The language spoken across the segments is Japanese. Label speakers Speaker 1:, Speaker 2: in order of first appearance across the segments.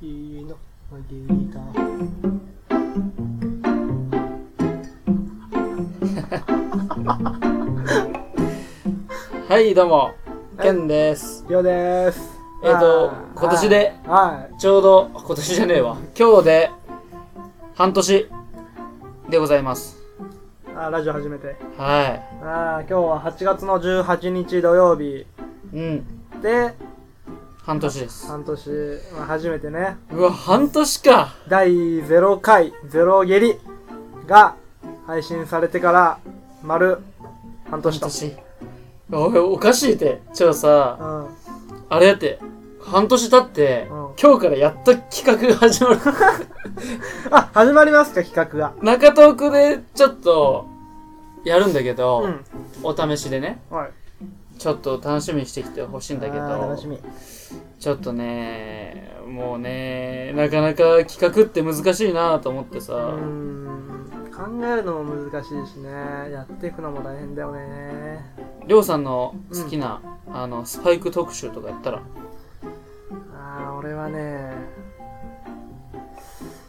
Speaker 1: いいのおいでリーダー
Speaker 2: はい、どうも、ケンです。
Speaker 1: りょうです
Speaker 2: えーと
Speaker 1: あー
Speaker 2: 今年で
Speaker 1: は
Speaker 2: ちょうど、今年じゃねえわ。今日で、半年でございます。
Speaker 1: いはいあーラジオ始めて
Speaker 2: は
Speaker 1: あー今日は8月の18日土曜日
Speaker 2: い。うん、
Speaker 1: で
Speaker 2: 半年です。
Speaker 1: 半年、まあ、初めてね
Speaker 2: うわ、半年か。
Speaker 1: 第0回0蹴りが配信されてから丸半年と
Speaker 2: 半年。おい、おかしいって。ちょ、
Speaker 1: う
Speaker 2: さ、
Speaker 1: ん
Speaker 2: あれだって、半年経って、
Speaker 1: うん
Speaker 2: 今日からやっと企画始まる。
Speaker 1: あ始まりますか企画が
Speaker 2: 中東区で、ちょっと、やるんだけど、
Speaker 1: うん
Speaker 2: お試しでね、
Speaker 1: はい
Speaker 2: ちょっと楽しみにしてきてほしいんだけど、
Speaker 1: あー楽しみ
Speaker 2: ちょっとね、もうね、なかなか企画って難しいなと思ってさ、
Speaker 1: うーん考えるのも難しいしねやっていくのも大変だよね
Speaker 2: りょうさんの好きな、あの、スパイク特集とかやったら、
Speaker 1: ああ俺はね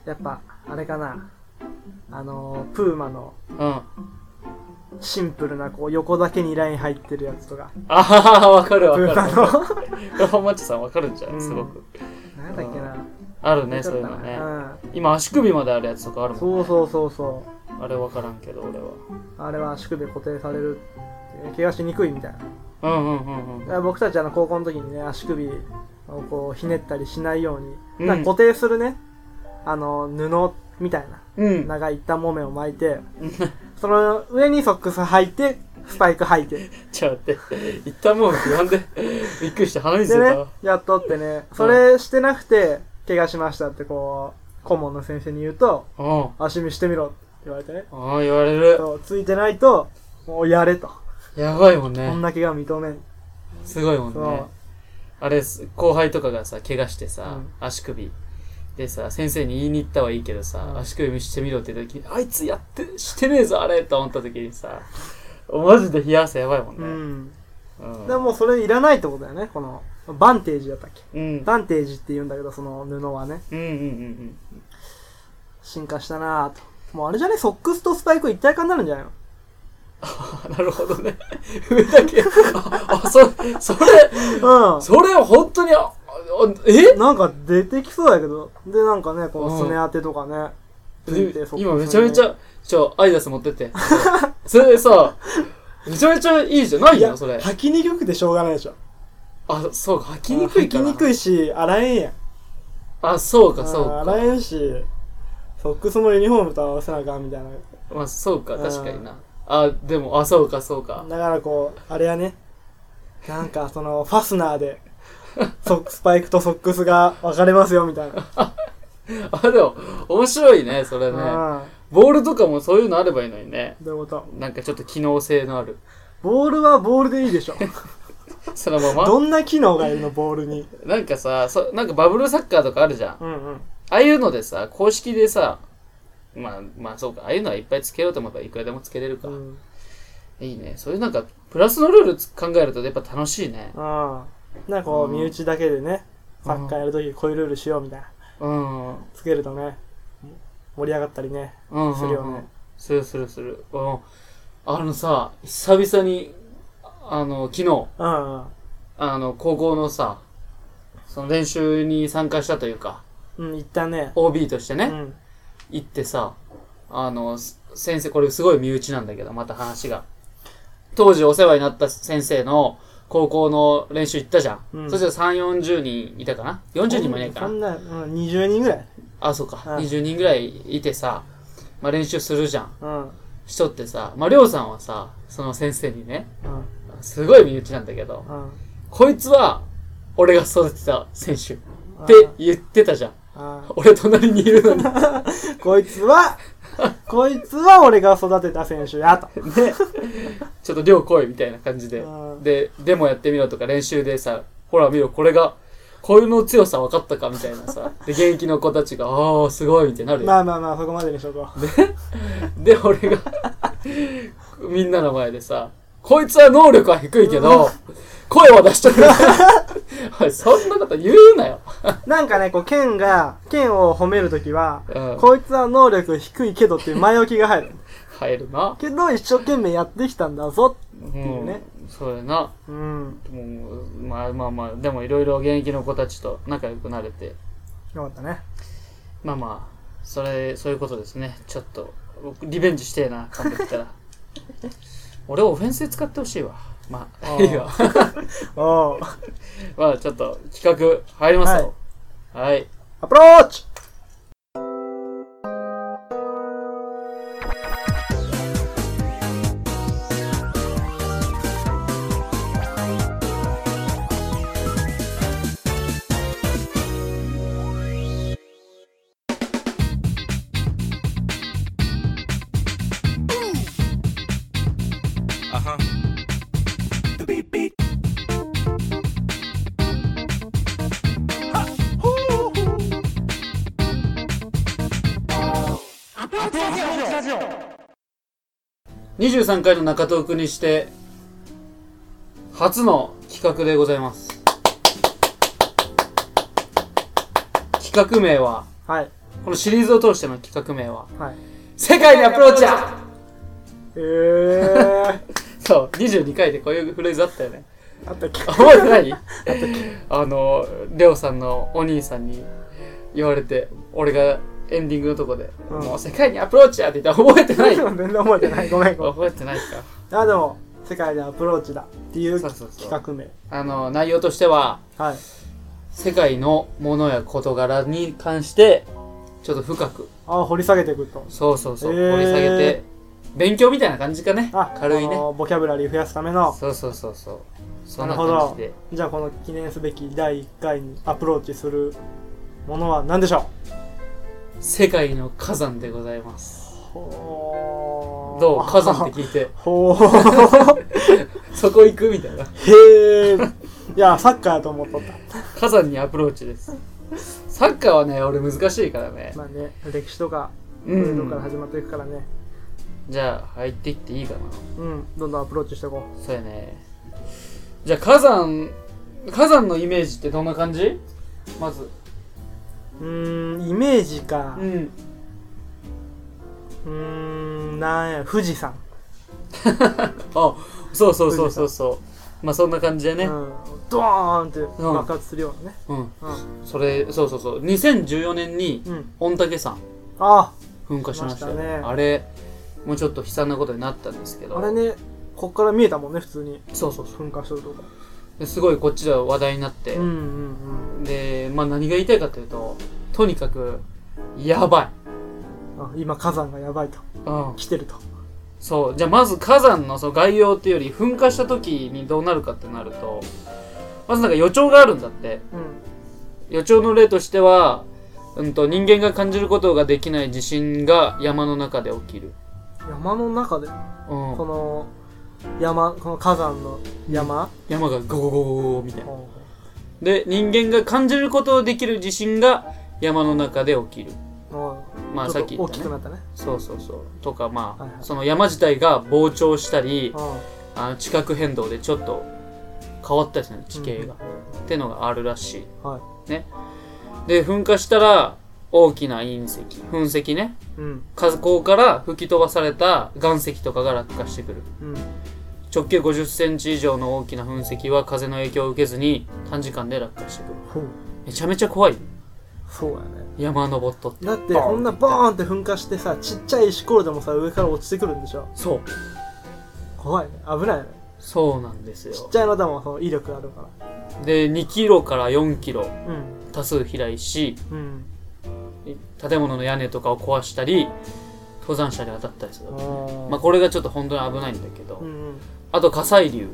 Speaker 1: やっぱあれかなあのープーマの
Speaker 2: うん。 あ
Speaker 1: シンプルなこう横だけにライン入ってるやつとか
Speaker 2: はは、わかる
Speaker 1: プー
Speaker 2: わ
Speaker 1: マ
Speaker 2: か
Speaker 1: の
Speaker 2: る。マッチさんわかるんじゃな
Speaker 1: う
Speaker 2: い
Speaker 1: ん
Speaker 2: すごく。
Speaker 1: なんだっけな
Speaker 2: あるね、
Speaker 1: ち
Speaker 2: そ
Speaker 1: ょ
Speaker 2: う
Speaker 1: っ
Speaker 2: い
Speaker 1: と
Speaker 2: う
Speaker 1: な
Speaker 2: のね。今、足首まであるやつとかあ
Speaker 1: うん、
Speaker 2: るもん、
Speaker 1: そ
Speaker 2: ね。
Speaker 1: うそうそうそ
Speaker 2: あれわからんけど、俺は。
Speaker 1: うあれは足首固定されるって怪我しにくいみたいな
Speaker 2: うんうんうんうん
Speaker 1: だ。から僕たちあの高校の時にね足首をこうひねったりしないように、
Speaker 2: うん
Speaker 1: なんか固定するねあの布みたいな
Speaker 2: うん。
Speaker 1: 長い板もめを巻いてその上にソックス履いてスパイク 履いて
Speaker 2: ちょっと待って。一旦もうやんで。びっくりして鼻水
Speaker 1: で
Speaker 2: 出た
Speaker 1: ね
Speaker 2: わ。
Speaker 1: やっとってねそれしてなくて怪我しましたってこう顧問の先生に言うと
Speaker 2: うん。
Speaker 1: 足見してみろって言われてね
Speaker 2: ああ、言われる。
Speaker 1: そうついてないともうやれと
Speaker 2: やばいもん
Speaker 1: こん
Speaker 2: ね。
Speaker 1: な怪我認めん
Speaker 2: すごいもんね
Speaker 1: そ。
Speaker 2: あれす、後輩とかがさ、怪我してさ、
Speaker 1: うん
Speaker 2: 足首。でさ、先生に言いに行ったはいいけどさ、
Speaker 1: うん
Speaker 2: 足首見してみろって言った時に、あいつやって、してねえぞ、あれと思った時にさ、マジで冷や汗やばいもん
Speaker 1: うう
Speaker 2: ね。
Speaker 1: ん
Speaker 2: うん。
Speaker 1: でもうそれいらないってことだよねこのバンテージだったっけ
Speaker 2: うん。
Speaker 1: バンテージって言うんだけど、その布はね、
Speaker 2: うんうんうん
Speaker 1: 進化したなぁと。もうあれじゃね、ソックスとスパイク一体化になるんじゃないの
Speaker 2: うん。 なるほどね。上だけ。あ、あ、そ、それ、
Speaker 1: う
Speaker 2: それ本当に、ああえ
Speaker 1: ん。なんか出てきそうだけど。で、なんかね、こ
Speaker 2: うん
Speaker 1: う、すね当てとかね。ついてソックス
Speaker 2: 今めちゃめちゃ、ちょ、アイダス持ってって。それさ、めちゃめちゃいいじゃない
Speaker 1: い
Speaker 2: の
Speaker 1: や、
Speaker 2: それ。
Speaker 1: 履きにくくてしょうがないでしょ。
Speaker 2: あ、そうか、履きにくいか
Speaker 1: 履
Speaker 2: ら
Speaker 1: きにくいし、洗えんやん。
Speaker 2: あ、そうか、そう
Speaker 1: あ
Speaker 2: か。
Speaker 1: 洗えんし、ソックスもユニフォームと合わせなあかんみたいな。
Speaker 2: まあ、そうか、
Speaker 1: うん
Speaker 2: 確かにな。あ、でも、あ、そうか、そうか。
Speaker 1: だからこう、あれやね。なんか、その、ファスナーで、ソックスパイクとソックスが分かれますよ、みたいな。
Speaker 2: あ、でも、面白いね、それね。
Speaker 1: う
Speaker 2: ボールとかもそういうのあればいいのにね。
Speaker 1: ん。どういうこと
Speaker 2: なんかちょっと機能性のある。
Speaker 1: ボールはボールでいいでしょ。
Speaker 2: そのまま。
Speaker 1: どんな機能がいるの、ボールに。
Speaker 2: なんかさそ、なんかバブルサッカーとかあるじゃん。あ
Speaker 1: うんうん。
Speaker 2: あいうのでさ、公式でさ、まあ、まあそうか、ああいうのはいっぱいつけようと思えばいくらでもつけれるか。
Speaker 1: うん。
Speaker 2: いいね。そういうなんか、プラスのルールつ考えるとやっぱ楽しいね。
Speaker 1: ああ。なんかこう、
Speaker 2: うん
Speaker 1: 身内だけでね、サッカーやるときこういうルールしようみたいな。
Speaker 2: うん。うん
Speaker 1: つけるとね、盛り上がったりね。
Speaker 2: うんうん。
Speaker 1: するよね
Speaker 2: するするする。うん。あのさ、久々に、あの、昨日、
Speaker 1: うんうん。
Speaker 2: あの、高校のさ、その練習に参加したというか、
Speaker 1: うん、一旦ね。
Speaker 2: OB としてね、
Speaker 1: うん。
Speaker 2: 行ってさ、あの、す先生、これすごい身内なんだけど、また話が。当時お世話になった先生の高校の練習行ったじゃん。
Speaker 1: うん
Speaker 2: そしたら3、40人いたかな ?40 人もいないかな
Speaker 1: そんな、うん、20人ぐらい。
Speaker 2: あ、そうか。
Speaker 1: うん
Speaker 2: 20人ぐらいいてさ、まあ、練習するじゃん。
Speaker 1: うん。うん。
Speaker 2: しとってさ、まあ、りょうさんはさ、その先生にね、すごい身内なんだけど、
Speaker 1: うん。
Speaker 2: こいつは、俺が育てた選手っ
Speaker 1: うん
Speaker 2: て、言ってたじゃん。
Speaker 1: あ
Speaker 2: 俺隣にいるのに。
Speaker 1: あこいつは、こいつは俺が育てた選手やと。
Speaker 2: ね、ちょっと量来いみたいな感じで
Speaker 1: う。ん
Speaker 2: で、デモやってみろとか練習でさ、ほら見ろ、これが、こういうの強さ分かったかみたいなさ。で、現役の子たちが、ああ、すごいみたいになるよ。
Speaker 1: まあまあまあ、そこまでにしとこう。
Speaker 2: で、俺が、みんなの前でさ、こいつは能力は低いけど、声は出しと る。おい、そんなこと言うなよ。
Speaker 1: なんかね、こう、ケンが、ケンを褒めるときは、
Speaker 2: うん
Speaker 1: こいつは能力低いけどっていう前置きが入る。
Speaker 2: 入るな。
Speaker 1: けど、一生懸命やってきたんだぞ。
Speaker 2: うん。
Speaker 1: ね
Speaker 2: そうやな。
Speaker 1: うん。
Speaker 2: もう、まあまあまあ、でもいろいろ現役の子たちと仲良くなれて、
Speaker 1: よかったね。
Speaker 2: まあまあ、それ、そういうことですね。ちょっと、僕リベンジしてえな、監督 ったら。俺オフェンスで使ってほしいわ。ま
Speaker 1: あ
Speaker 2: あ、
Speaker 1: ー
Speaker 2: いいよ。
Speaker 1: おう。
Speaker 2: まあちょっと企画入りますよ。はい。
Speaker 1: アプローチ
Speaker 2: 23回の中トークにして、初の企画でございます。企画名は、
Speaker 1: はい。
Speaker 2: このシリーズを通しての企画名は、
Speaker 1: はい。
Speaker 2: 世界にアプローチだ
Speaker 1: えー。
Speaker 2: そう、22回でこういうフレーズあったよね。
Speaker 1: あったっけ
Speaker 2: 覚えてないあの、レオさんのお兄さんに言われて、俺がエンディングのとこで、
Speaker 1: うん
Speaker 2: もう世界にアプローチやって言ったら覚えてな い
Speaker 1: 全然覚えてない。ごめん、ごめん。
Speaker 2: 覚えてないか。
Speaker 1: あ、でも、世界でアプローチだっていう
Speaker 2: そう
Speaker 1: 企
Speaker 2: そうそう。
Speaker 1: 画名。
Speaker 2: あの、内容としては、
Speaker 1: はい。
Speaker 2: 世界のものや事柄に関して、ちょっと深く、
Speaker 1: あ、掘り下げていくと。
Speaker 2: そうそうそう、
Speaker 1: へー
Speaker 2: 掘り下げて、勉強みたいな感じかね
Speaker 1: あ、。
Speaker 2: 軽い
Speaker 1: あ
Speaker 2: ね。
Speaker 1: のボキャブラリー増やすための。
Speaker 2: そうそうそうそう。そ
Speaker 1: なんる
Speaker 2: な
Speaker 1: ほ
Speaker 2: 感じ
Speaker 1: ど
Speaker 2: で。。
Speaker 1: じゃあ、この記念すべき第1回にアプローチするものは何でしょ
Speaker 2: 世界の火山でございます。
Speaker 1: うほー、
Speaker 2: どう火山って聞いて
Speaker 1: ほー。
Speaker 2: そこ行くみたいな。
Speaker 1: へー。いや、サッカーやと思っとった。
Speaker 2: 火山にアプローチです。サッカーはね、俺難しいからね。
Speaker 1: まあね、歴史とか、そう
Speaker 2: う
Speaker 1: いうのから
Speaker 2: ん。
Speaker 1: 始まっていくからね。
Speaker 2: じゃあ、入っていっていいかな。
Speaker 1: うん、どんどんアプローチしていこう。
Speaker 2: そうやね。じゃあ、火山、火山のイメージってどんな感じまず。
Speaker 1: うーん、イメージか。
Speaker 2: うん。
Speaker 1: うーん、なんや、富士山。
Speaker 2: あ、そうそうそうそうそう。まあ、そんな感じでね
Speaker 1: う。ん、ドーンって爆発するようなね。
Speaker 2: うん。
Speaker 1: う
Speaker 2: それ、そうそうそう。2014年に、
Speaker 1: ん。うん。
Speaker 2: 御嶽山
Speaker 1: あ
Speaker 2: 噴火しましたよ
Speaker 1: しましたね
Speaker 2: あれ、もうちょっと悲惨なことになったんですけど。
Speaker 1: あ、あれね、こっから見えたもんね、普通に。
Speaker 2: そうそうそう
Speaker 1: 噴火しとるとこ。
Speaker 2: ですごいこっちでは話題になって、
Speaker 1: うんうん
Speaker 2: で、まあ、何が言いたいかというととにかくやば
Speaker 1: うん。あ、今火山がやばいと。
Speaker 2: い、うん、
Speaker 1: 来てると。
Speaker 2: そうじゃあまず火山のその概要っていうより噴火した時にどうなるかってなるとまずなんか予兆があるんだって
Speaker 1: うん。
Speaker 2: 予兆の例としては、うん、と人間が感じることができない地震が山の中で起きる、
Speaker 1: 山の中で、
Speaker 2: うん
Speaker 1: こ、の、山、この火山の山、
Speaker 2: 山がゴゴゴゴゴゴみたいな
Speaker 1: ほう
Speaker 2: で人間が感じることができる地震が山の中で起きる
Speaker 1: ほう
Speaker 2: まあ
Speaker 1: ちょ
Speaker 2: さ
Speaker 1: っ
Speaker 2: っ
Speaker 1: と
Speaker 2: き言
Speaker 1: 大
Speaker 2: った
Speaker 1: き
Speaker 2: ね
Speaker 1: くなったね。
Speaker 2: そうそうそうとかまあ、
Speaker 1: はいはい
Speaker 2: その山自体が膨張したり
Speaker 1: うん。
Speaker 2: あの地殻変動でちょっと変わったりするの地形が、ってのがあるらし
Speaker 1: はい。
Speaker 2: いねで噴火したら大きな隕石噴石ね
Speaker 1: うん。
Speaker 2: 火口から吹き飛ばされた岩石とかが落下してくる
Speaker 1: うん。
Speaker 2: 直径5 0センチ以上の大きな噴石は風の影響を受けずに短時間で落下してくる
Speaker 1: ほう。
Speaker 2: めちゃめちゃ怖い
Speaker 1: そうやね。
Speaker 2: 山登っとって
Speaker 1: だって
Speaker 2: ボーン
Speaker 1: こんなボーンって噴火してさちっちゃい石ころでもさ上から落ちてくるんでしょ
Speaker 2: そう
Speaker 1: 怖いね危ないね
Speaker 2: そうなんです
Speaker 1: ちっ
Speaker 2: よ
Speaker 1: ちゃいのでもその威力あるか
Speaker 2: で2キロから4キロ
Speaker 1: らうん
Speaker 2: 多数飛来し
Speaker 1: うん
Speaker 2: 建物の屋根とかを壊したり登山者に当たったりする、まあ、
Speaker 1: あ
Speaker 2: これがちょっと本当に危ないんだけど、
Speaker 1: うんうん
Speaker 2: あと火砕流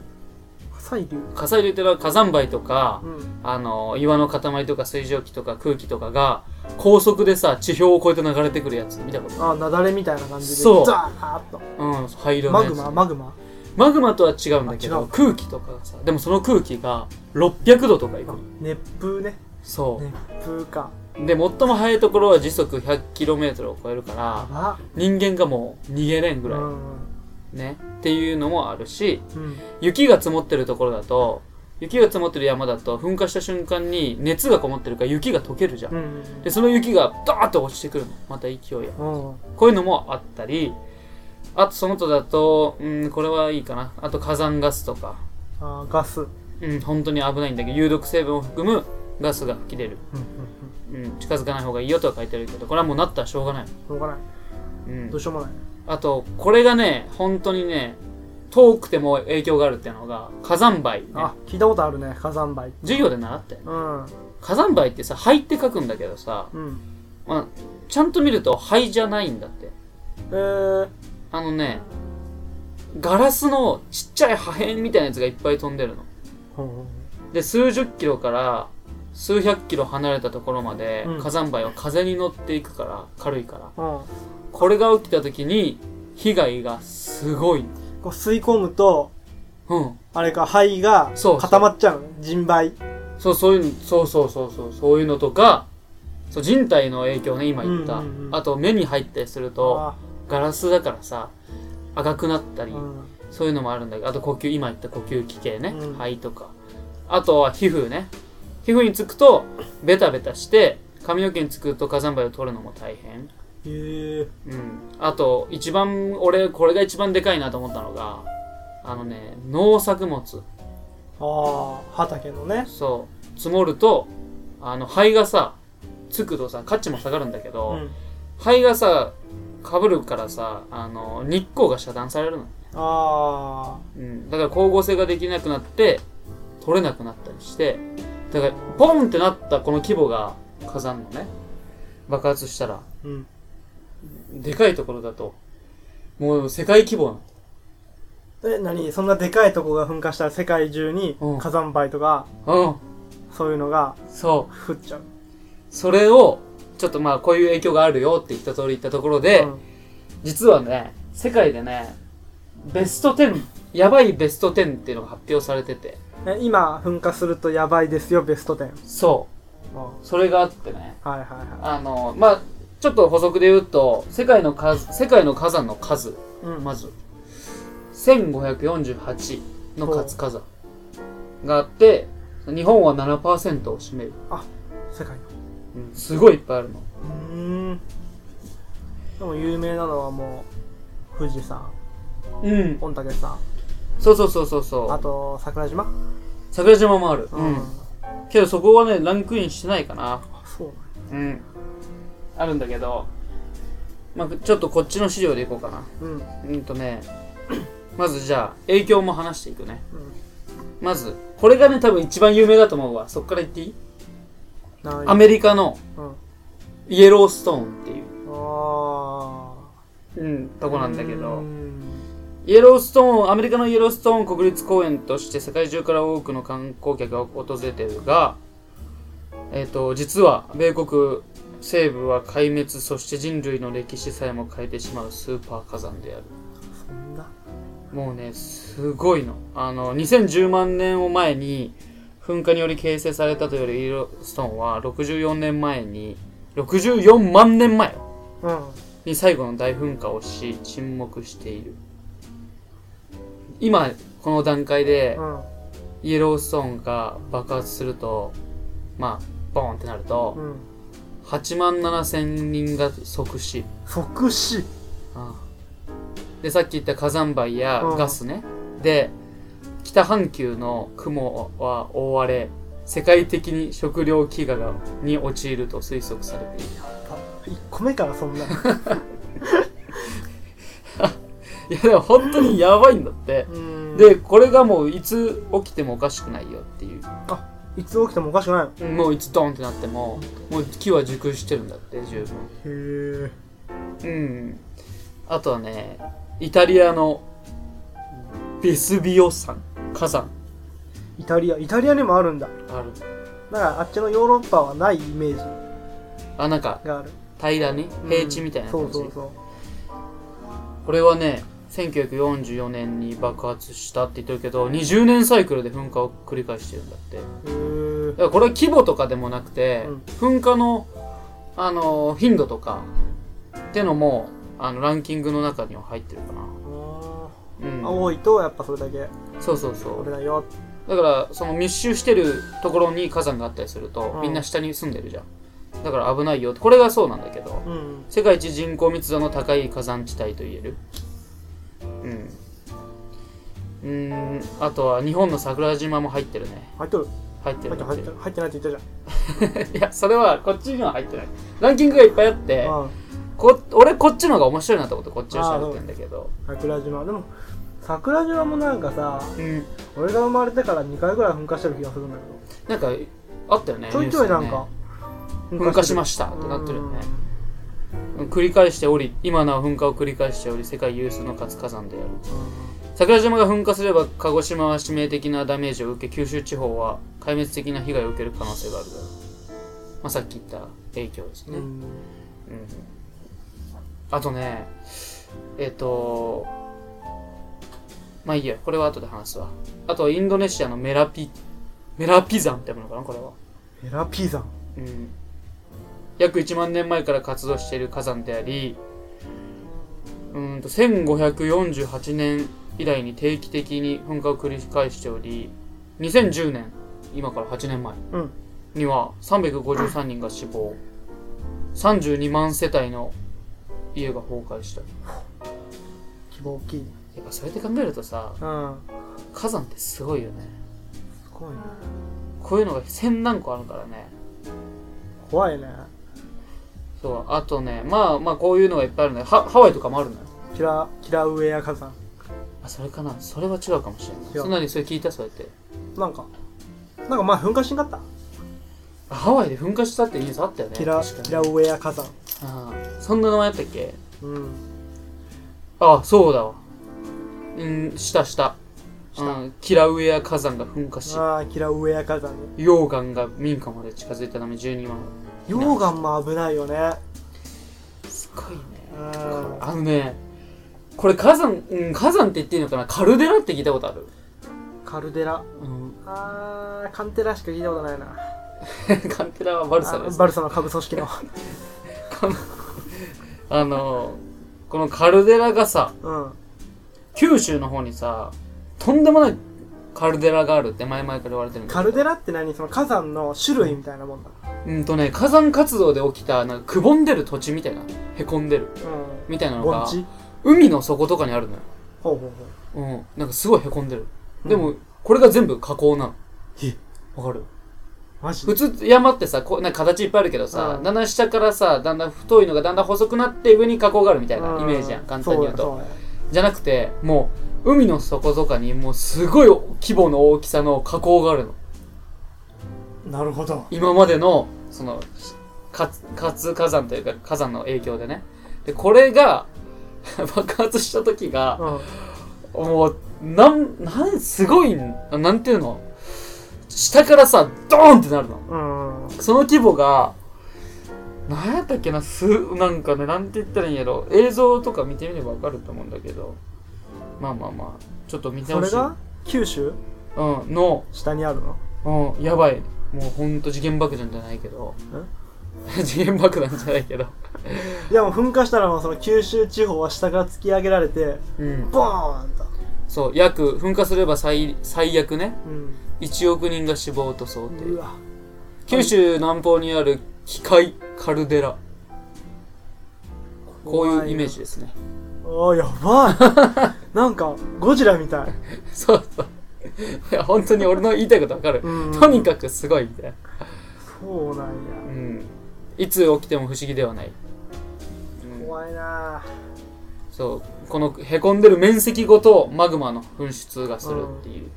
Speaker 1: 火砕流
Speaker 2: 火砕流ってのは火山灰とか、
Speaker 1: うん
Speaker 2: あの岩の塊とか水蒸気とか空気とかが高速でさ地表を越えて流れてくるやつ見たこと
Speaker 1: ああなだれみたいな感じで
Speaker 2: そう
Speaker 1: ザーッと
Speaker 2: うん灰色の
Speaker 1: マ
Speaker 2: や
Speaker 1: グ
Speaker 2: つ
Speaker 1: ママグマ
Speaker 2: マグマとは違うんだけ
Speaker 1: あ違
Speaker 2: ど
Speaker 1: う
Speaker 2: 空気とかがさでもその空気が600度とかいく
Speaker 1: あ
Speaker 2: の
Speaker 1: 熱風ね
Speaker 2: そう、
Speaker 1: 熱風か
Speaker 2: で最も速いところは時速 100km を超えるから
Speaker 1: あ
Speaker 2: 人間がもう逃げれんぐらい、
Speaker 1: うんうん
Speaker 2: ね。っていうのもあるし、
Speaker 1: うん。
Speaker 2: 雪が積もってるところだと、雪が積もってる山だと、噴火した瞬間に熱がこもってるから雪が溶けるじゃん。
Speaker 1: うん。
Speaker 2: で、その雪がドーッと落ちてくるの。また勢い
Speaker 1: う
Speaker 2: や。
Speaker 1: ん。
Speaker 2: こういうのもあったり、あとその他だと、うん、これはいいかな。あと火山ガスとか、
Speaker 1: あーガス。うん
Speaker 2: うん、本当に危ないんだけど、有毒成分を含むガスが吹き出る。
Speaker 1: うんうん。
Speaker 2: うん、近づかない方がいいよとは書いてあるけど、これはもうなったらしょうがない。
Speaker 1: しょうがない。
Speaker 2: うん
Speaker 1: どう。しようもない。
Speaker 2: あと、これがね、本当にね、遠くても影響があるっていうのが、火山灰、ね。
Speaker 1: あ、聞いたことあるね、火山灰。
Speaker 2: 授業で習ったよね。
Speaker 1: うん。
Speaker 2: 火山灰ってさ、灰って書くんだけどさ、
Speaker 1: うん。
Speaker 2: まあ、ちゃんと見ると灰じゃないんだって。
Speaker 1: えー、
Speaker 2: あのね、ガラスのちっちゃい破片みたいなやつがいっぱい飛んでるの。
Speaker 1: ほうほう
Speaker 2: で、数十キロから数百キロ離れたところまで
Speaker 1: うん
Speaker 2: 火山灰は風に乗っていくから、軽いから。
Speaker 1: ほう
Speaker 2: これが起きた時に被害がすごい。
Speaker 1: うん。こう吸い込むと、
Speaker 2: うん。
Speaker 1: あれか、灰が
Speaker 2: そうそう
Speaker 1: 固まっちゃうのね。人灰。
Speaker 2: そう、そういうの、そうそうそうそう、そういうのとか、そう人体の影響ね、今言った。
Speaker 1: うんうんうん
Speaker 2: あと目に入ったりすると、
Speaker 1: あ
Speaker 2: ガラスだからさ、赤くなったり、
Speaker 1: ーうん。
Speaker 2: そういうのもあるんだけど、あと呼吸、今言った呼吸器系ね、
Speaker 1: うん
Speaker 2: 肺とか。あとは皮膚ね。皮膚につくと、ベタベタして、髪の毛につくと火山灰を取るのも大変。
Speaker 1: えー、
Speaker 2: うん。あと、一番、俺、これが一番でかいなと思ったのが、あのね、農作物。
Speaker 1: ああ、畑のね。
Speaker 2: そう。積もると、あの、肺がさ、つくとさ、価値も下がるんだけ
Speaker 1: う
Speaker 2: ど、
Speaker 1: ん。
Speaker 2: 肺がさ、被るからさ、あの、日光が遮断されるの。
Speaker 1: あ
Speaker 2: うん、だから光合成ができなくなって取れなくなったりしてだからポンってなったこの規模が火山のね爆発したら
Speaker 1: ー、うん。
Speaker 2: でかいところだともう世界規模なの
Speaker 1: え、何そんなでかいとこが噴火したら世界中に
Speaker 2: うん
Speaker 1: 火山灰とか、
Speaker 2: うん
Speaker 1: そういうのが
Speaker 2: そう
Speaker 1: 降っちゃう。
Speaker 2: それをちょっとまあこういう影響があるよって言った通り言ったところで、
Speaker 1: うん
Speaker 2: 実はね世界でねベスト10やばいベスト10っていうのが発表されてて
Speaker 1: え今、噴火するとやばいですよ、ベスト10。
Speaker 2: そ
Speaker 1: うん
Speaker 2: うそれがあってね
Speaker 1: はいはいは
Speaker 2: あのまあちょっと補足で言うと世界の数世界の火山の数
Speaker 1: い。うん。
Speaker 2: まず1548の活火山があって日本は7%を占める、
Speaker 1: 世界の。
Speaker 2: うんすごいいっぱいあるの
Speaker 1: うーん。でも有名なのはもう、富士山、
Speaker 2: うん
Speaker 1: 御嶽山、
Speaker 2: そうそうそうそうそ
Speaker 1: あ
Speaker 2: う
Speaker 1: と桜島。
Speaker 2: 桜島もある、
Speaker 1: う
Speaker 2: うんん、けどそこはねランクインしてないかな
Speaker 1: あ、そうなんだ
Speaker 2: うんあるんだけど、まあ、ちょっとこっちの資料でいこうかな
Speaker 1: うん。うん。
Speaker 2: うんとね まずじゃあ影響も話していくねまず、これがね、多分一番有名だと思うわ。そっから言っていい
Speaker 1: ない
Speaker 2: アメリカの
Speaker 1: うん。
Speaker 2: イエローストーンっていう、
Speaker 1: あ
Speaker 2: うん、
Speaker 1: あ。
Speaker 2: とこなんだけ
Speaker 1: うー
Speaker 2: ど、
Speaker 1: ん
Speaker 2: イエローストーン、アメリカのイエローストーン国立公園として世界中から多くの観光客が訪れてるが、えっ、と、実は、米国西部は壊滅、そして人類の歴史さえも変えてしまうスーパー火山である。
Speaker 1: そんな。
Speaker 2: もうね、すごいの。あの、2010万年を前に、噴火により形成されたというより、イーロストンは64年前に、64万年前
Speaker 1: うん。
Speaker 2: に最後の大噴火をし、沈黙している。今、この段階で、イエローストーンが爆発すると、まあ、ボーンってなる
Speaker 1: う
Speaker 2: と、
Speaker 1: ん。うん。
Speaker 2: 8万7千人が即死。
Speaker 1: 即死。
Speaker 2: でさっき言った火山灰や
Speaker 1: うん
Speaker 2: ガスね、で北半球の雲は覆われ世界的に食糧飢餓がに陥ると推測されている
Speaker 1: 一個目からそんな。
Speaker 2: いやでも本当にやばいんだって
Speaker 1: うん。
Speaker 2: で、これがもういつ起きてもおかしくないよっていう、
Speaker 1: いつ起きてもおかしくないの。
Speaker 2: もういつドーンってなってももう木は熟してるんだって十分
Speaker 1: へえ。
Speaker 2: うんあとはねイタリアのベスビオ山火山
Speaker 1: イタリア、イタリアにもあるんだ。
Speaker 2: ある
Speaker 1: だからあっちのヨーロッパはないイメージ
Speaker 2: あなんか
Speaker 1: がある。
Speaker 2: 平らに平地みたいな
Speaker 1: そ
Speaker 2: 感じ、
Speaker 1: うそうそう。
Speaker 2: これはね1944年に爆発したって言ってるけど20年サイクルで噴火を繰り返してるんだってだか
Speaker 1: へー
Speaker 2: らこれは規模とかでもなくて、
Speaker 1: うん
Speaker 2: 噴火の、あのー頻度とかってのもあのランキングの中には入ってるかな
Speaker 1: あー
Speaker 2: うん、
Speaker 1: 多いとやっぱそれだけ
Speaker 2: そうそうそ
Speaker 1: 俺
Speaker 2: う
Speaker 1: だよ
Speaker 2: だからその密集してるところに火山があったりすると、
Speaker 1: うん
Speaker 2: みんな下に住んでるじゃんだから危ないよこれがそうなんだけど
Speaker 1: うん
Speaker 2: 世界一人口密度の高い火山地帯と言えるうんうーんあとは日本の桜島も入ってるね
Speaker 1: 入っとる
Speaker 2: 入って
Speaker 1: 入っ
Speaker 2: る
Speaker 1: て
Speaker 2: 入
Speaker 1: る入
Speaker 2: っ
Speaker 1: ってて
Speaker 2: る
Speaker 1: る入ってないって言ったじ
Speaker 2: いやそれはこっちには入ってないランキングがいっぱいあって
Speaker 1: ゃんうん
Speaker 2: こ俺こっちの方が面白いなと思ってこっちを喋ってんだけど
Speaker 1: 桜島でも桜島もなんかさ
Speaker 2: うん
Speaker 1: 俺が生まれてから2回ぐらい噴火してる気がするんだけど
Speaker 2: なんかあったよね
Speaker 1: ちょいちょい
Speaker 2: ニュ
Speaker 1: な
Speaker 2: ース
Speaker 1: ん
Speaker 2: でね
Speaker 1: か
Speaker 2: 噴火しま
Speaker 1: し
Speaker 2: したってなってるよね繰り返しており今なお噴火を繰り返しており世界有数の活火山である桜島が噴火すれば鹿児島は致命的なダメージを受け九州地方は壊滅的な被害を受ける可能性があるだろう、まあ、さっき言った影響ですね、うんあとねえっ、とまあいいやこれは後で話すわあとはインドネシアのメラピメラピ山ってものかなこれは
Speaker 1: エラピー山
Speaker 2: うん、約1万年前から活動している火山でありうーんと1548年以来に定期的に噴火を繰り返しており2010年今から8年前
Speaker 1: うん
Speaker 2: には353人が死亡32万世帯の家が崩壊したや
Speaker 1: 希望大きい
Speaker 2: っぱそれで考えるとさ
Speaker 1: うん
Speaker 2: 火山ってすごいよね
Speaker 1: すごいね
Speaker 2: こういうのが千何個あるからね
Speaker 1: 怖いね
Speaker 2: そうあとねまあまあこういうのがいっぱいあるのよハハワイとかもあるのよ
Speaker 1: キラキラウエア火山
Speaker 2: あそれかなそれは違うかもしれない
Speaker 1: 違う
Speaker 2: そんなにそれ聞いたそうやって
Speaker 1: なんかなんかまあ噴火しんかった
Speaker 2: あハワイで噴火したってニュースあったよね
Speaker 1: キラ
Speaker 2: 確かに
Speaker 1: キラウエア火山
Speaker 2: ああそんな名前やったっけ
Speaker 1: うん
Speaker 2: ああそうだわうんしたした
Speaker 1: した
Speaker 2: うん、キラウエア火山が噴火し
Speaker 1: ああキラウエア火山ね
Speaker 2: 溶岩が民家まで近づいたため12万
Speaker 1: 溶岩も危ないよね
Speaker 2: すごいね
Speaker 1: うん
Speaker 2: あのねこれ火山、うん、火山って言っていいのかなカルデラって聞いたことある、
Speaker 1: カルデラ
Speaker 2: うん、
Speaker 1: あーカンテラしか聞いたことないな
Speaker 2: カンテラはバルサで
Speaker 1: あ
Speaker 2: す
Speaker 1: バルサの株組織の
Speaker 2: あのこのカルデラがさ
Speaker 1: うん
Speaker 2: 九州の方にさとんでもないカルデラがあるって前々から言われてるんだ
Speaker 1: カルデラって何その火山の種類みたいなもんだ
Speaker 2: うんとね火山活動で起きたなんかくぼんでる土地みたいなへこんでる
Speaker 1: う
Speaker 2: みたいなんの
Speaker 1: 盆
Speaker 2: が
Speaker 1: 地
Speaker 2: 海の底とかにあるのよ
Speaker 1: ほうほうほ
Speaker 2: うんなんかすごいへこんでる
Speaker 1: う
Speaker 2: で
Speaker 1: う
Speaker 2: も
Speaker 1: ん
Speaker 2: これが全部河口なの
Speaker 1: え
Speaker 2: わかる
Speaker 1: マジ
Speaker 2: 普通山ってさこうなんか形いっぱいあるけどさ、
Speaker 1: うん
Speaker 2: だんだん下からさだんだん太いのがだんだん細くなって上に河口があるみたいなイメージやん簡単に言うと
Speaker 1: そうやそうや
Speaker 2: じゃなくてもう海の底とかにもうすごい規模の大きさの河口があるの
Speaker 1: なるほど
Speaker 2: 今までのその活活火山というか火山の影響でねでこれが 爆発した時が
Speaker 1: うん
Speaker 2: もうなんなんすごいんなんていうの下からさドーンってなるの
Speaker 1: うん
Speaker 2: その規模が何やったっけなすなんかねなんて言ったらいいんやろ映像とか見てみればわかると思うんだけどまあまあまあちょっと見て
Speaker 1: そ
Speaker 2: ほ
Speaker 1: れ
Speaker 2: しい
Speaker 1: が九州
Speaker 2: うんの
Speaker 1: 下にあるの
Speaker 2: うん、やばい。もうほんと次元爆弾じゃないけど。 次元爆弾じゃないけど。
Speaker 1: いやもう噴火したらもうその九州地方は下から突き上げられて
Speaker 2: うん。
Speaker 1: ボーンと
Speaker 2: そう、約、噴火すれば最最悪ね。
Speaker 1: うん
Speaker 2: 1億人が死亡と想
Speaker 1: う
Speaker 2: 定。
Speaker 1: わ
Speaker 2: 九州南方にある機械カルデラ。こういうイメージですね。
Speaker 1: ああやばい なんかゴジラみたい
Speaker 2: そうそう。いや、本当に俺の言いたいことわかる。
Speaker 1: うん
Speaker 2: とにかくすごいみたいな。
Speaker 1: そうなん
Speaker 2: う
Speaker 1: や
Speaker 2: ん。いつ起きても不思議ではない。うん
Speaker 1: 怖いな
Speaker 2: そうこのへこんでる面積ごとマグマの噴出がするっていう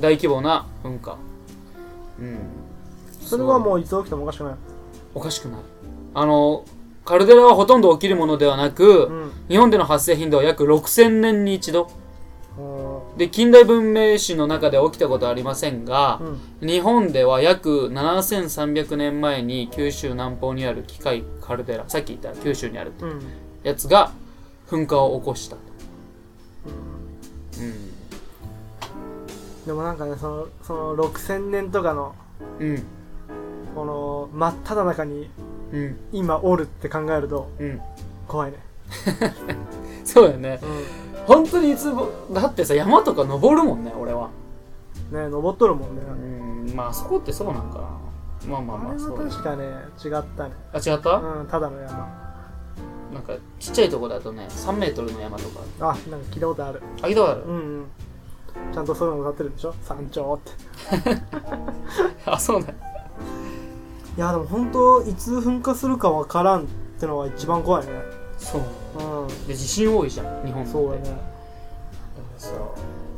Speaker 2: 大規模な噴火うん
Speaker 1: それは
Speaker 2: う
Speaker 1: もういつ起きてもおかしくない
Speaker 2: おかしくないあのカルデラはほとんど起きるものではなく、
Speaker 1: うん
Speaker 2: 日本での発生頻度は約6000年に一度
Speaker 1: お
Speaker 2: で近代文明史の中では起きたことはありませんが
Speaker 1: ーう、ん
Speaker 2: 日本では約7300年前に九州南方にある機械カルデラさっき言った九州にある
Speaker 1: うん
Speaker 2: やつが噴火を起こしたと
Speaker 1: うん
Speaker 2: うん
Speaker 1: でもなんかねそのその6000年とかの
Speaker 2: うん
Speaker 1: この真っ只中に
Speaker 2: うん
Speaker 1: 今おるって考えると
Speaker 2: うん
Speaker 1: 怖いね
Speaker 2: そうだよね。
Speaker 1: う
Speaker 2: 本当にいつもだってさ山とか登るもんね俺は
Speaker 1: ね登っとるもんね
Speaker 2: う。んまああそこってそうなんかなまあまあ
Speaker 1: あれ
Speaker 2: まあ
Speaker 1: は
Speaker 2: そう
Speaker 1: 確かね、違ったね。
Speaker 2: あ違った、
Speaker 1: うん、ただの山。
Speaker 2: なんかちっちゃいとこだとね3メートルの山とか
Speaker 1: あ、なんか聞いたことある。
Speaker 2: あ聞いたことある
Speaker 1: うんうん。ちゃんとそういうの歌ってるでしょ山頂って。
Speaker 2: あそうね
Speaker 1: いや、でも本当いつ噴火するかわからんってのが一番怖いね。
Speaker 2: そう
Speaker 1: う
Speaker 2: で地震多いじゃん日本っ
Speaker 1: ん。
Speaker 2: て
Speaker 1: そうやね。
Speaker 2: そ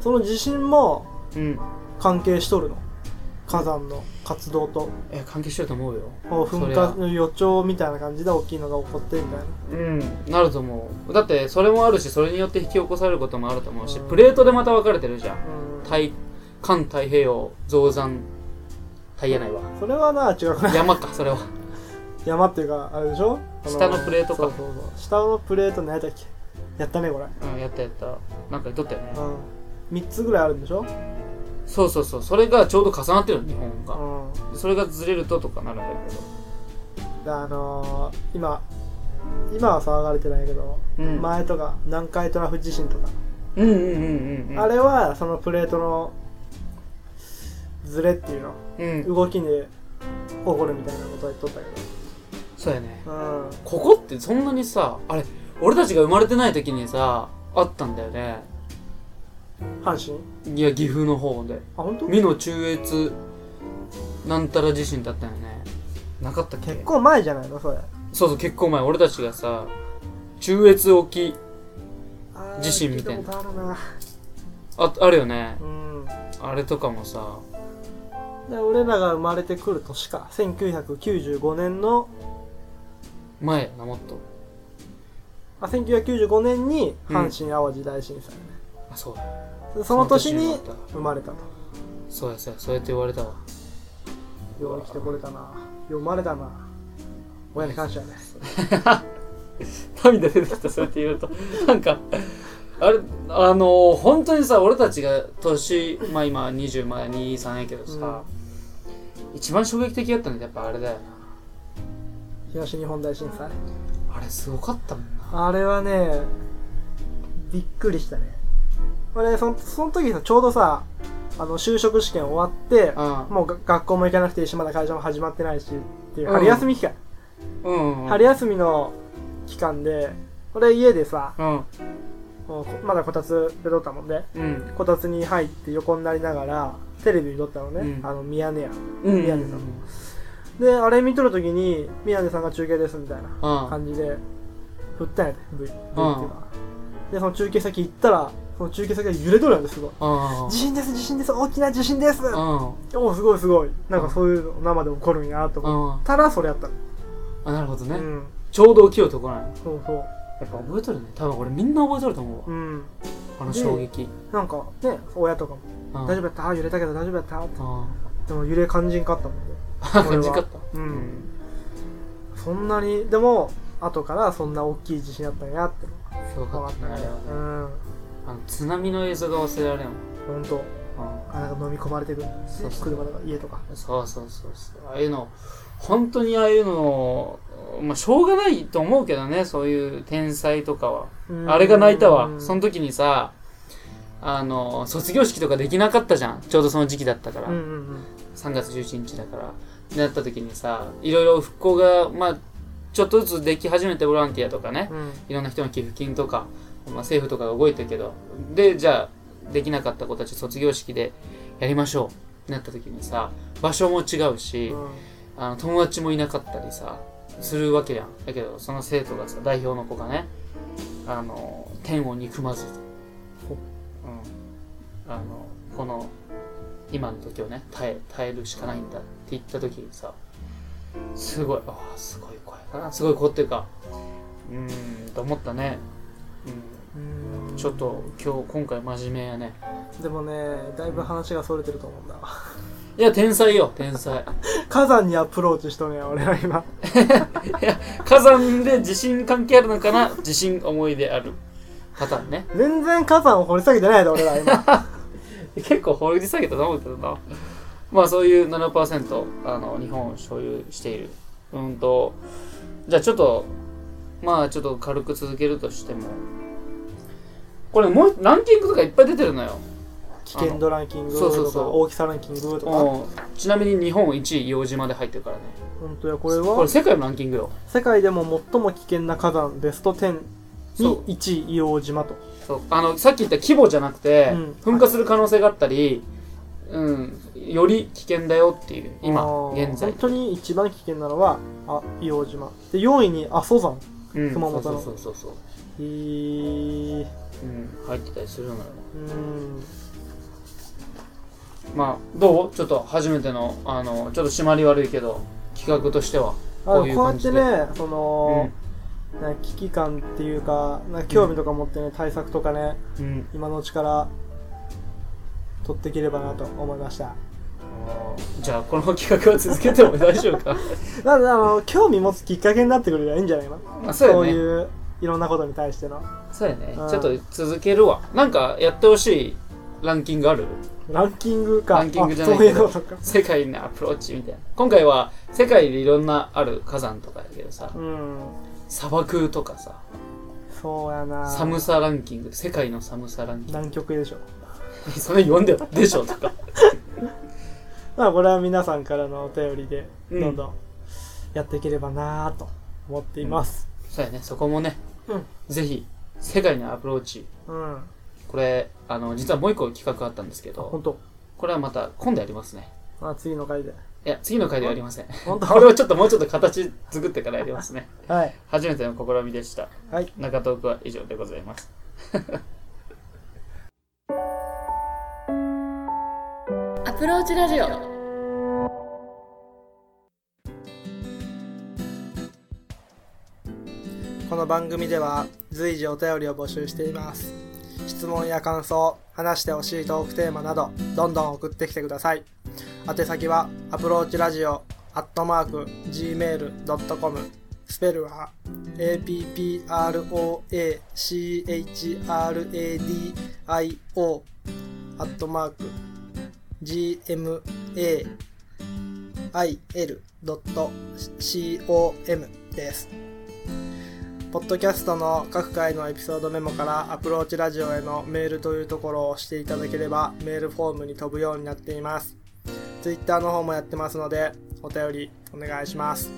Speaker 1: その地震も
Speaker 2: ううん
Speaker 1: 関係しとるの。火山の活動と。
Speaker 2: え関係してると思うよ
Speaker 1: もう噴火の予兆みたいな感じで大きいのが起こってみたいな。
Speaker 2: うんなると思うだってそれもあるしそれによって引き起こされることもあると思うし
Speaker 1: うん
Speaker 2: プレートでまた分かれてるじゃん
Speaker 1: うん。
Speaker 2: 対環太平洋増山タイやない わ
Speaker 1: それはな、違うかな。
Speaker 2: 山かそれは
Speaker 1: 山っていうか、あれでしょあ
Speaker 2: 下のプレートか
Speaker 1: そうそうそう。下のプレート何やったっけやったね、これ。
Speaker 2: うんやったやったなんか言っとったよね
Speaker 1: うん。3つぐらいあるんでしょ
Speaker 2: そうそうそうそれがちょうど重なってるの日本
Speaker 1: う
Speaker 2: が
Speaker 1: ん。
Speaker 2: それがずれるととかなるんだけど
Speaker 1: であのー、今今は騒がれてないけど、
Speaker 2: うん
Speaker 1: 前とか南海トラフ地震とか、
Speaker 2: うんうんうんうん
Speaker 1: あれはそのプレートのズレっていうの
Speaker 2: うん
Speaker 1: 動きで起こるみたいなことは言っとったけ
Speaker 2: そうやね
Speaker 1: どうん
Speaker 2: ここってそんなにさあれ俺たちが生まれてない時にさあったんだよね
Speaker 1: 阪神
Speaker 2: いや岐阜の方で
Speaker 1: あ本当
Speaker 2: 美濃中越なんたら地震だったよねなかったっけ
Speaker 1: 結構前じゃないのそれ
Speaker 2: そうそう結構前俺たちがさ中越沖
Speaker 1: あー
Speaker 2: 地震みたいな
Speaker 1: 聞たことあるな
Speaker 2: ああるよね
Speaker 1: うん
Speaker 2: あれとかもさ
Speaker 1: で俺らが生まれてくる年か1995年の
Speaker 2: 前やなもっと
Speaker 1: あ1995年に阪神・淡路大震災、ね
Speaker 2: あそうだ
Speaker 1: でその年
Speaker 2: その
Speaker 1: に
Speaker 2: 年に生まれ
Speaker 1: 生まれたと
Speaker 2: そうやそうやそうやって言われたわ
Speaker 1: よう生きてこれたなよう生まれたな親に感謝やね
Speaker 2: 涙出てきたそうやって言うとなんかあれあのー、本当にさ俺たちが年まあ今20まあ23やけどさ、一番衝撃的やったのってやっぱあれだよな
Speaker 1: 東日本大震災
Speaker 2: あれすごかったもんな
Speaker 1: あれはねびっくりしたね俺そのその時さちょうどさあの就職試験終わって
Speaker 2: あ
Speaker 1: もうが学校も行かなくていいしまだ会社も始まってないしっていう
Speaker 2: うん
Speaker 1: 春休み期間、
Speaker 2: うんうん
Speaker 1: 春休みの期間で俺家でさ
Speaker 2: うん
Speaker 1: もうこまだこたつで撮ったもんで
Speaker 2: うん
Speaker 1: こたつに入って横になりながらテレビ見とったのね、
Speaker 2: うん
Speaker 1: あのミヤネ屋
Speaker 2: うん
Speaker 1: 宮根さんもであれ見とるときに宮根さんが中継ですみたいな
Speaker 2: あ
Speaker 1: 感じで振ったんやで V, v っていうかでその中継先行ったらその中継先が揺れとるんですごい
Speaker 2: ああ
Speaker 1: 地震です地震です大きな地震です
Speaker 2: あ
Speaker 1: おおすごいすごいなんかそういうの生で起こるんやなと思っ
Speaker 2: あ
Speaker 1: たらそれやったの
Speaker 2: あなるほどね、
Speaker 1: うん
Speaker 2: ちょうど起きようとこないや
Speaker 1: そうそ
Speaker 2: っぱ覚えとるね多分俺みんな覚えとると思うわ
Speaker 1: ううん
Speaker 2: あの衝撃
Speaker 1: なんかね親とかも
Speaker 2: 大
Speaker 1: 大丈夫やった揺れたけど大丈夫やったって
Speaker 2: あ
Speaker 1: でも揺れ感じんかったもんね
Speaker 2: あ感じかった
Speaker 1: う
Speaker 2: うん
Speaker 1: そんなにでも後からそんな大きい地震やったんやっての
Speaker 2: すごか
Speaker 1: が
Speaker 2: っ
Speaker 1: 分
Speaker 2: た
Speaker 1: か
Speaker 2: ね
Speaker 1: っ
Speaker 2: あ
Speaker 1: た
Speaker 2: れ
Speaker 1: ね
Speaker 2: はね
Speaker 1: うん
Speaker 2: あの津波の映像が忘れられんわ
Speaker 1: 本当
Speaker 2: う
Speaker 1: あなんか飲み込まれてくる
Speaker 2: そうそう
Speaker 1: 車とか家とか
Speaker 2: んそうそうそうそうああいうの本当にああいうのまあしょうがないと思うけどねそういう天才とかはあれが泣いたわその時にさあの卒業式とかできなかったじゃんちょうどその時期だったから、
Speaker 1: うんうんうん
Speaker 2: 3月11日だからでなった時にさいろいろ復興がまあちょっとずつでき始めてボランティアとかね
Speaker 1: うん
Speaker 2: いろんな人の寄付金とか、まあ、政府とかが動いたけどでじゃあできなかった子たち卒業式でやりましょうってなった時にさ場所も違うしあの友達もいなかったりさするわけやんだけどその生徒がさ代表の子がねあの天を憎まず、うん、あのこの今の時をね耐え耐えるしかないんだって言った時にさすごいああすごい声だなすごい子っていうかうーんと思ったね、
Speaker 1: うん
Speaker 2: うん、ちょっと今日今回真面目やね
Speaker 1: でもねだいぶ話がそれてると思うんだ わ
Speaker 2: いや天才よ天才
Speaker 1: 火山にアプローチしとね俺は今
Speaker 2: 火山で地震関係あるのかな地震思い出あるパターンね
Speaker 1: 全然火山を掘り下げてないで俺ら今
Speaker 2: 結構掘り下げたと思うけどな。まあそういう7%あの日本を所有している。うんと、じゃあちょっと、まあちょっと軽く続けるとしても、これもうランキングとかいっぱい出てるのよ、
Speaker 1: 危険度ランキング
Speaker 2: そうそう
Speaker 1: と
Speaker 2: そう
Speaker 1: か大きさランキングとか
Speaker 2: うん、ちなみに日本1位洋島で入ってるからね
Speaker 1: 本当やこれ
Speaker 2: これ
Speaker 1: は
Speaker 2: 世界のランキングよ
Speaker 1: 世界でも最も危険な火山ベスト10
Speaker 2: そう
Speaker 1: に1位硫黄島と
Speaker 2: そうあのさっき言った規模じゃなくて、
Speaker 1: うん
Speaker 2: 噴火する可能性があったり、うん、より危険だよっていう
Speaker 1: あ
Speaker 2: 今
Speaker 1: ー
Speaker 2: 現在
Speaker 1: 本、当に一番危険なのはあ硫黄島で4位に阿蘇山
Speaker 2: うん、
Speaker 1: 熊本の
Speaker 2: そうそうそうそ
Speaker 1: えー、う
Speaker 2: う、うん、入ってたりするのよね
Speaker 1: ーん
Speaker 2: まあどうちょっと初めてのあのちょっと締まり悪いけど企画としては
Speaker 1: あこ
Speaker 2: こ
Speaker 1: う
Speaker 2: ういう
Speaker 1: やっ
Speaker 2: 感
Speaker 1: て
Speaker 2: じで
Speaker 1: ねそうの
Speaker 2: ん、
Speaker 1: なんか危機感っていうかなんか興味とか持ってね対策とかね
Speaker 2: うん、
Speaker 1: 今のうちから取っていければなと思いました
Speaker 2: じゃあこの企画は続けても 大丈夫か
Speaker 1: なのであの興味持つきっかけになってくれればいいんじゃないの
Speaker 2: まあそう
Speaker 1: そう
Speaker 2: やね
Speaker 1: いういろんなことに対しての
Speaker 2: そうやね
Speaker 1: うん
Speaker 2: ちょっと続けるわなんかやってほしいランキングある
Speaker 1: ランキングか
Speaker 2: ランキングじゃない
Speaker 1: あそうい
Speaker 2: け
Speaker 1: う
Speaker 2: ど
Speaker 1: ことか
Speaker 2: 世界のアプローチみたいな今回は世界でいろんなある火山とかやけどさ
Speaker 1: うん
Speaker 2: 砂漠とかさ
Speaker 1: そうやな
Speaker 2: 寒さランキング世界の寒さランキン
Speaker 1: 南極でしょ
Speaker 2: グ それ読んでよでしょとか
Speaker 1: まあこれは皆さんからのお便りで
Speaker 2: うん
Speaker 1: どんどんやっていければなぁと思っています
Speaker 2: そうやねそこもね、
Speaker 1: うん
Speaker 2: ぜひ世界のアプローチ
Speaker 1: うん、
Speaker 2: これあの実はもう一個企画あったんですけ
Speaker 1: ほ
Speaker 2: ど
Speaker 1: んと
Speaker 2: これはまた今度やりますね
Speaker 1: あ次の回で
Speaker 2: いや次の回ではやりません
Speaker 1: ほんと
Speaker 2: これをちょっともうちょっと形作ってからやります ね
Speaker 1: はい
Speaker 2: 初めての試みでした
Speaker 1: はい
Speaker 2: 中トークは以上でございます。
Speaker 3: アプローチラジオ
Speaker 1: この番組では随時お便りを募集しています質問や感想話してほしいトークテーマなどどんどん送ってきてください宛先はアプローチラジオアットマーク Gmail.com スペルは APPROACHRADIO アットマーク GMAIL.com ですポッドキャストの各回のエピソードメモからアプローチラジオへのメールというところを押していただければメールフォームに飛ぶようになっています。Twitter の方もやってますのでお便りお願いします。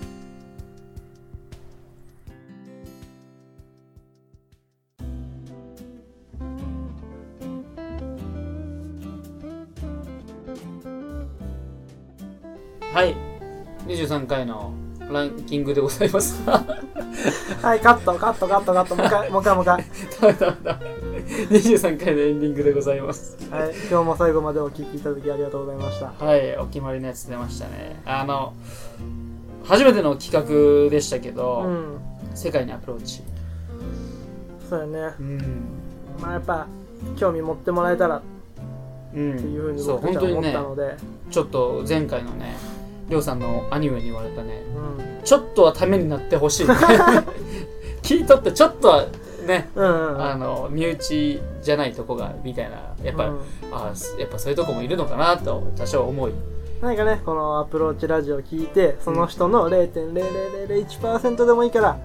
Speaker 2: はい。23回のランキングでございます。 ダ
Speaker 1: はい、カット、カット、カット、カット、もう一 回、もう一回、もう一回。
Speaker 2: メダメダメ。23回のエンディングでございます。
Speaker 1: はい、今日も最後までお聞きいただきありがとうございました。
Speaker 2: はい、お決まりのやつ出ましたね。 あの、初めての企画でしたけど、
Speaker 1: うん、
Speaker 2: 世界にアプローチ。
Speaker 1: そうやね。
Speaker 2: うん。
Speaker 1: まあやっぱ、興味持ってもらえたらっ
Speaker 2: う。
Speaker 1: ていうんふうに
Speaker 2: そう、
Speaker 1: 僕
Speaker 2: 本
Speaker 1: たち
Speaker 2: 当
Speaker 1: は
Speaker 2: に
Speaker 1: 思っ
Speaker 2: ね
Speaker 1: た、ので、
Speaker 2: ちょっと前回のね、りょうさんのアニメに言われたね、
Speaker 1: うん。
Speaker 2: ちょっとはためになってほしい。 聞いとって、ちょっとはね、
Speaker 1: うん、うん。
Speaker 2: あの、身内じゃないとこが、みたいな、やっぱり、
Speaker 1: うん
Speaker 2: ああやっぱそういうとこもいるのかなと多少思い
Speaker 1: 何かねこのアプローチラジオを聞いてその人の0.0001%でもいいから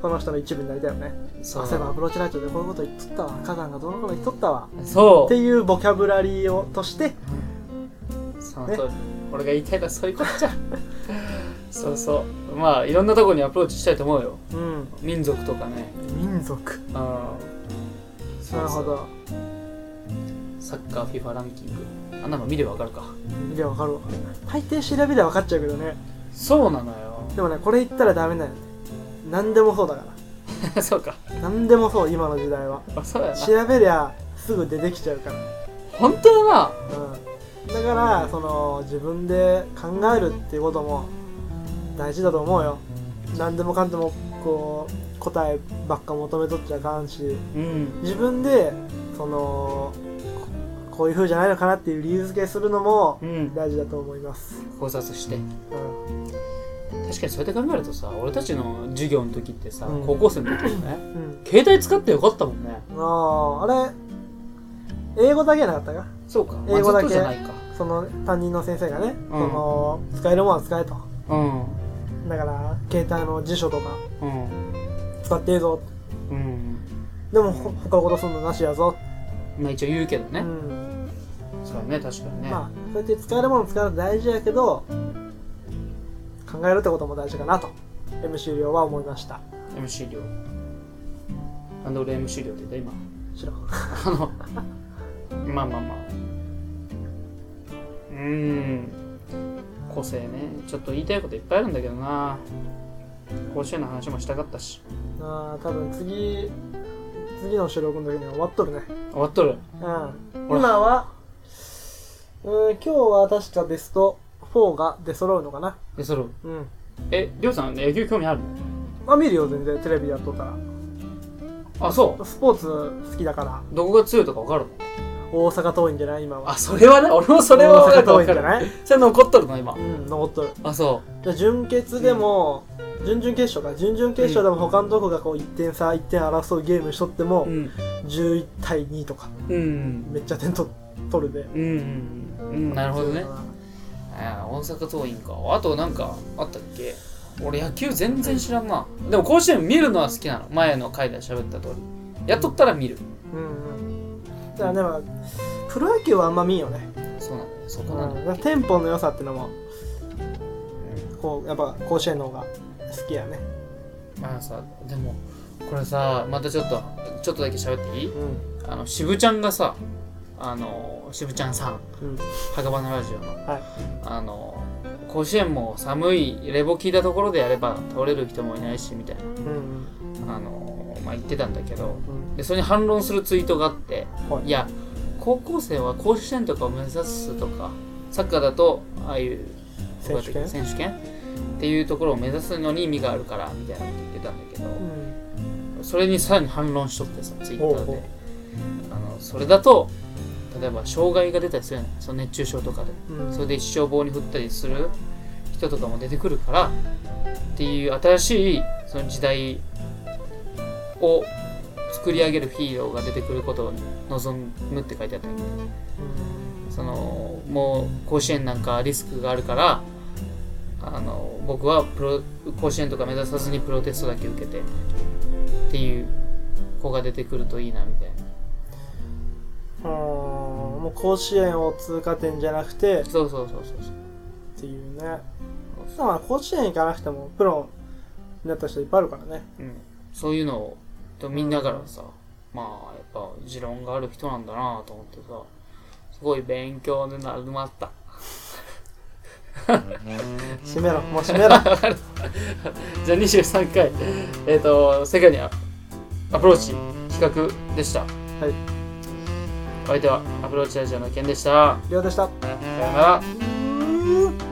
Speaker 1: この人の一部になりたいよね
Speaker 2: そ
Speaker 1: あ
Speaker 2: う
Speaker 1: そういえばアプローチラジオでこういうこと言っとったわ火山がどうのこと言っとったわ
Speaker 2: そ
Speaker 1: って
Speaker 2: う
Speaker 1: いうボキャブラリーをとして
Speaker 2: その通り、俺が言いたいのはそういうことじゃん そうそうまあいろんなとこにアプローチしたいと思うよ
Speaker 1: うん
Speaker 2: 民族とかね
Speaker 1: 民族
Speaker 2: うん
Speaker 1: なるほど
Speaker 2: サッカー FIFA ランキングあんなの見ればわかるか
Speaker 1: 見りゃ分かるわ大抵調べりゃ分かっちゃうけどね
Speaker 2: そうなのよ
Speaker 1: でもねこれ言ったらダメだよね何でもそうだか
Speaker 2: そうから
Speaker 1: 何でもそう今の時代は
Speaker 2: あそうやな
Speaker 1: 調べりゃすぐ出てきちゃうから
Speaker 2: 本当だ
Speaker 1: うんだからその自分で考えるっていうことも大事だと思うよ何でもかんでもこう答えばっか求めとっちゃあかんし
Speaker 2: なうん
Speaker 1: 自分でそのここういう風じゃないのかなっていう理由付けするのも
Speaker 2: うん
Speaker 1: 大事だと思います、
Speaker 2: 考察して
Speaker 1: うん
Speaker 2: 確かにそうやって考えるとさ俺たちの授業の時ってさ、
Speaker 1: うん
Speaker 2: 高校生の時もね
Speaker 1: うん、
Speaker 2: 携帯使ってよかったもんね
Speaker 1: あああれ英語だけじゃなかったか
Speaker 2: そうか
Speaker 1: 英語だけ
Speaker 2: まあずっとじゃないか
Speaker 1: その担任の先生がね、その使えるものは使えと
Speaker 2: うん
Speaker 1: だから携帯の辞書とか
Speaker 2: うん
Speaker 1: 使っていいぞ
Speaker 2: うん
Speaker 1: でもほ他のことすんのなしやぞ、
Speaker 2: まあ一応言うけど
Speaker 1: う
Speaker 2: ね。
Speaker 1: ん
Speaker 2: そうね、確かにね。
Speaker 1: まあそうやって使えるもの使うの大事やけど考えるってことも大事かなと MC 量は思いました
Speaker 2: MC 量。なんで俺 MC 量って言った今。
Speaker 1: しろ
Speaker 2: あの、まあまあまあ。うーん。個性ね。ちょっと言いたいこといっぱいあるんだけどな。甲子園の話もしたかったし。
Speaker 1: あー多分次次の収録の時には終わっとるね
Speaker 2: 終わっとる。
Speaker 1: うん
Speaker 2: ほら
Speaker 1: 今はうん今日は確かベスト4が出揃うのかな
Speaker 2: で、その、
Speaker 1: うん
Speaker 2: え、りょうさん野球興味ある
Speaker 1: まあ見るよ全然テレビやっとったら
Speaker 2: あ、そう。
Speaker 1: スポーツ好きだから
Speaker 2: どこが強いとかわかるの
Speaker 1: 大阪桐蔭じゃない今は
Speaker 2: あ、それはね、俺もそれは
Speaker 1: 大阪桐
Speaker 2: わ
Speaker 1: 蔭じ
Speaker 2: か
Speaker 1: ゃ
Speaker 2: る。
Speaker 1: ない
Speaker 2: それ残っとるの、今
Speaker 1: う。ん残っとる
Speaker 2: あ、そ
Speaker 1: じゃあ準決でも、準々決勝か準々決勝でも他のとこがこう1点差1点争うゲームしとっても、
Speaker 2: う。うん。
Speaker 1: 11対2とか
Speaker 2: うん。
Speaker 1: めっちゃ点と取るで
Speaker 2: うん。うん。なるほどね。あー大阪桐蔭かあとなんかあったっけ俺野球全然知らんなでも甲子園見るのは好きなの前の回で喋った通りやっとったら見る
Speaker 1: うんうんだからでもプロ野球はあんま見んよね、
Speaker 2: そうなんだよそこ
Speaker 1: う
Speaker 2: なん
Speaker 1: ん、だ
Speaker 2: だ
Speaker 1: からテンポの良さってのもこうやっぱ甲子園の方が好きやね
Speaker 2: あのさでもこれさまたちょっとちょっとだけ喋っていい
Speaker 1: うん
Speaker 2: あの渋ちゃんがさあの渋ちゃんさん
Speaker 1: うん
Speaker 2: 墓場のラジオの、
Speaker 1: はい
Speaker 2: あの甲子園も寒い冷房効いたところでやれば倒れる人もいないしみたい
Speaker 1: うん
Speaker 2: なあのまあ言ってたんだけど
Speaker 1: うん
Speaker 2: でそれに反論するツイートがあって、
Speaker 1: はい
Speaker 2: い、や高校生は甲子園とかを目指すとかサッカーだとああいう
Speaker 1: 選手権
Speaker 2: 選手権っていうところを目指すのに意味があるからみたいなこと言ってたんだけ
Speaker 1: う
Speaker 2: ど
Speaker 1: ん
Speaker 2: それにさらに反論しとってさツイッター
Speaker 1: おうお
Speaker 2: で
Speaker 1: う
Speaker 2: あのそれだと例えば障害が出たりするやんその熱中症とかで
Speaker 1: うん
Speaker 2: それで一生棒に振ったりする人とかも出てくるからっていう新しいその時代を作り上げるヒーローが出てくることを望むって書いてあったんやけどそのもう甲子園なんかリスクがあるからあの僕はプロ甲子園とか目指さずにプロテストだけ受けてっていう子が出てくるといいなみたいな
Speaker 1: うんもう甲子園を通過点じゃなくて
Speaker 2: そうそうそうそうそう
Speaker 1: っていうねだから甲子園行かなくてもプロになった人いっぱいあるからね
Speaker 2: うん、そういうのをとみんなからさまあやっぱ持論がある人なんだなと思ってさすごい勉強になりました
Speaker 1: 閉めろもう閉めろ
Speaker 2: じゃあ23回えっ、と世界にアアプローチ企画でしたはいお相手はアプローチラジオのケンでした
Speaker 1: りょうでした
Speaker 2: さよなら
Speaker 1: うーん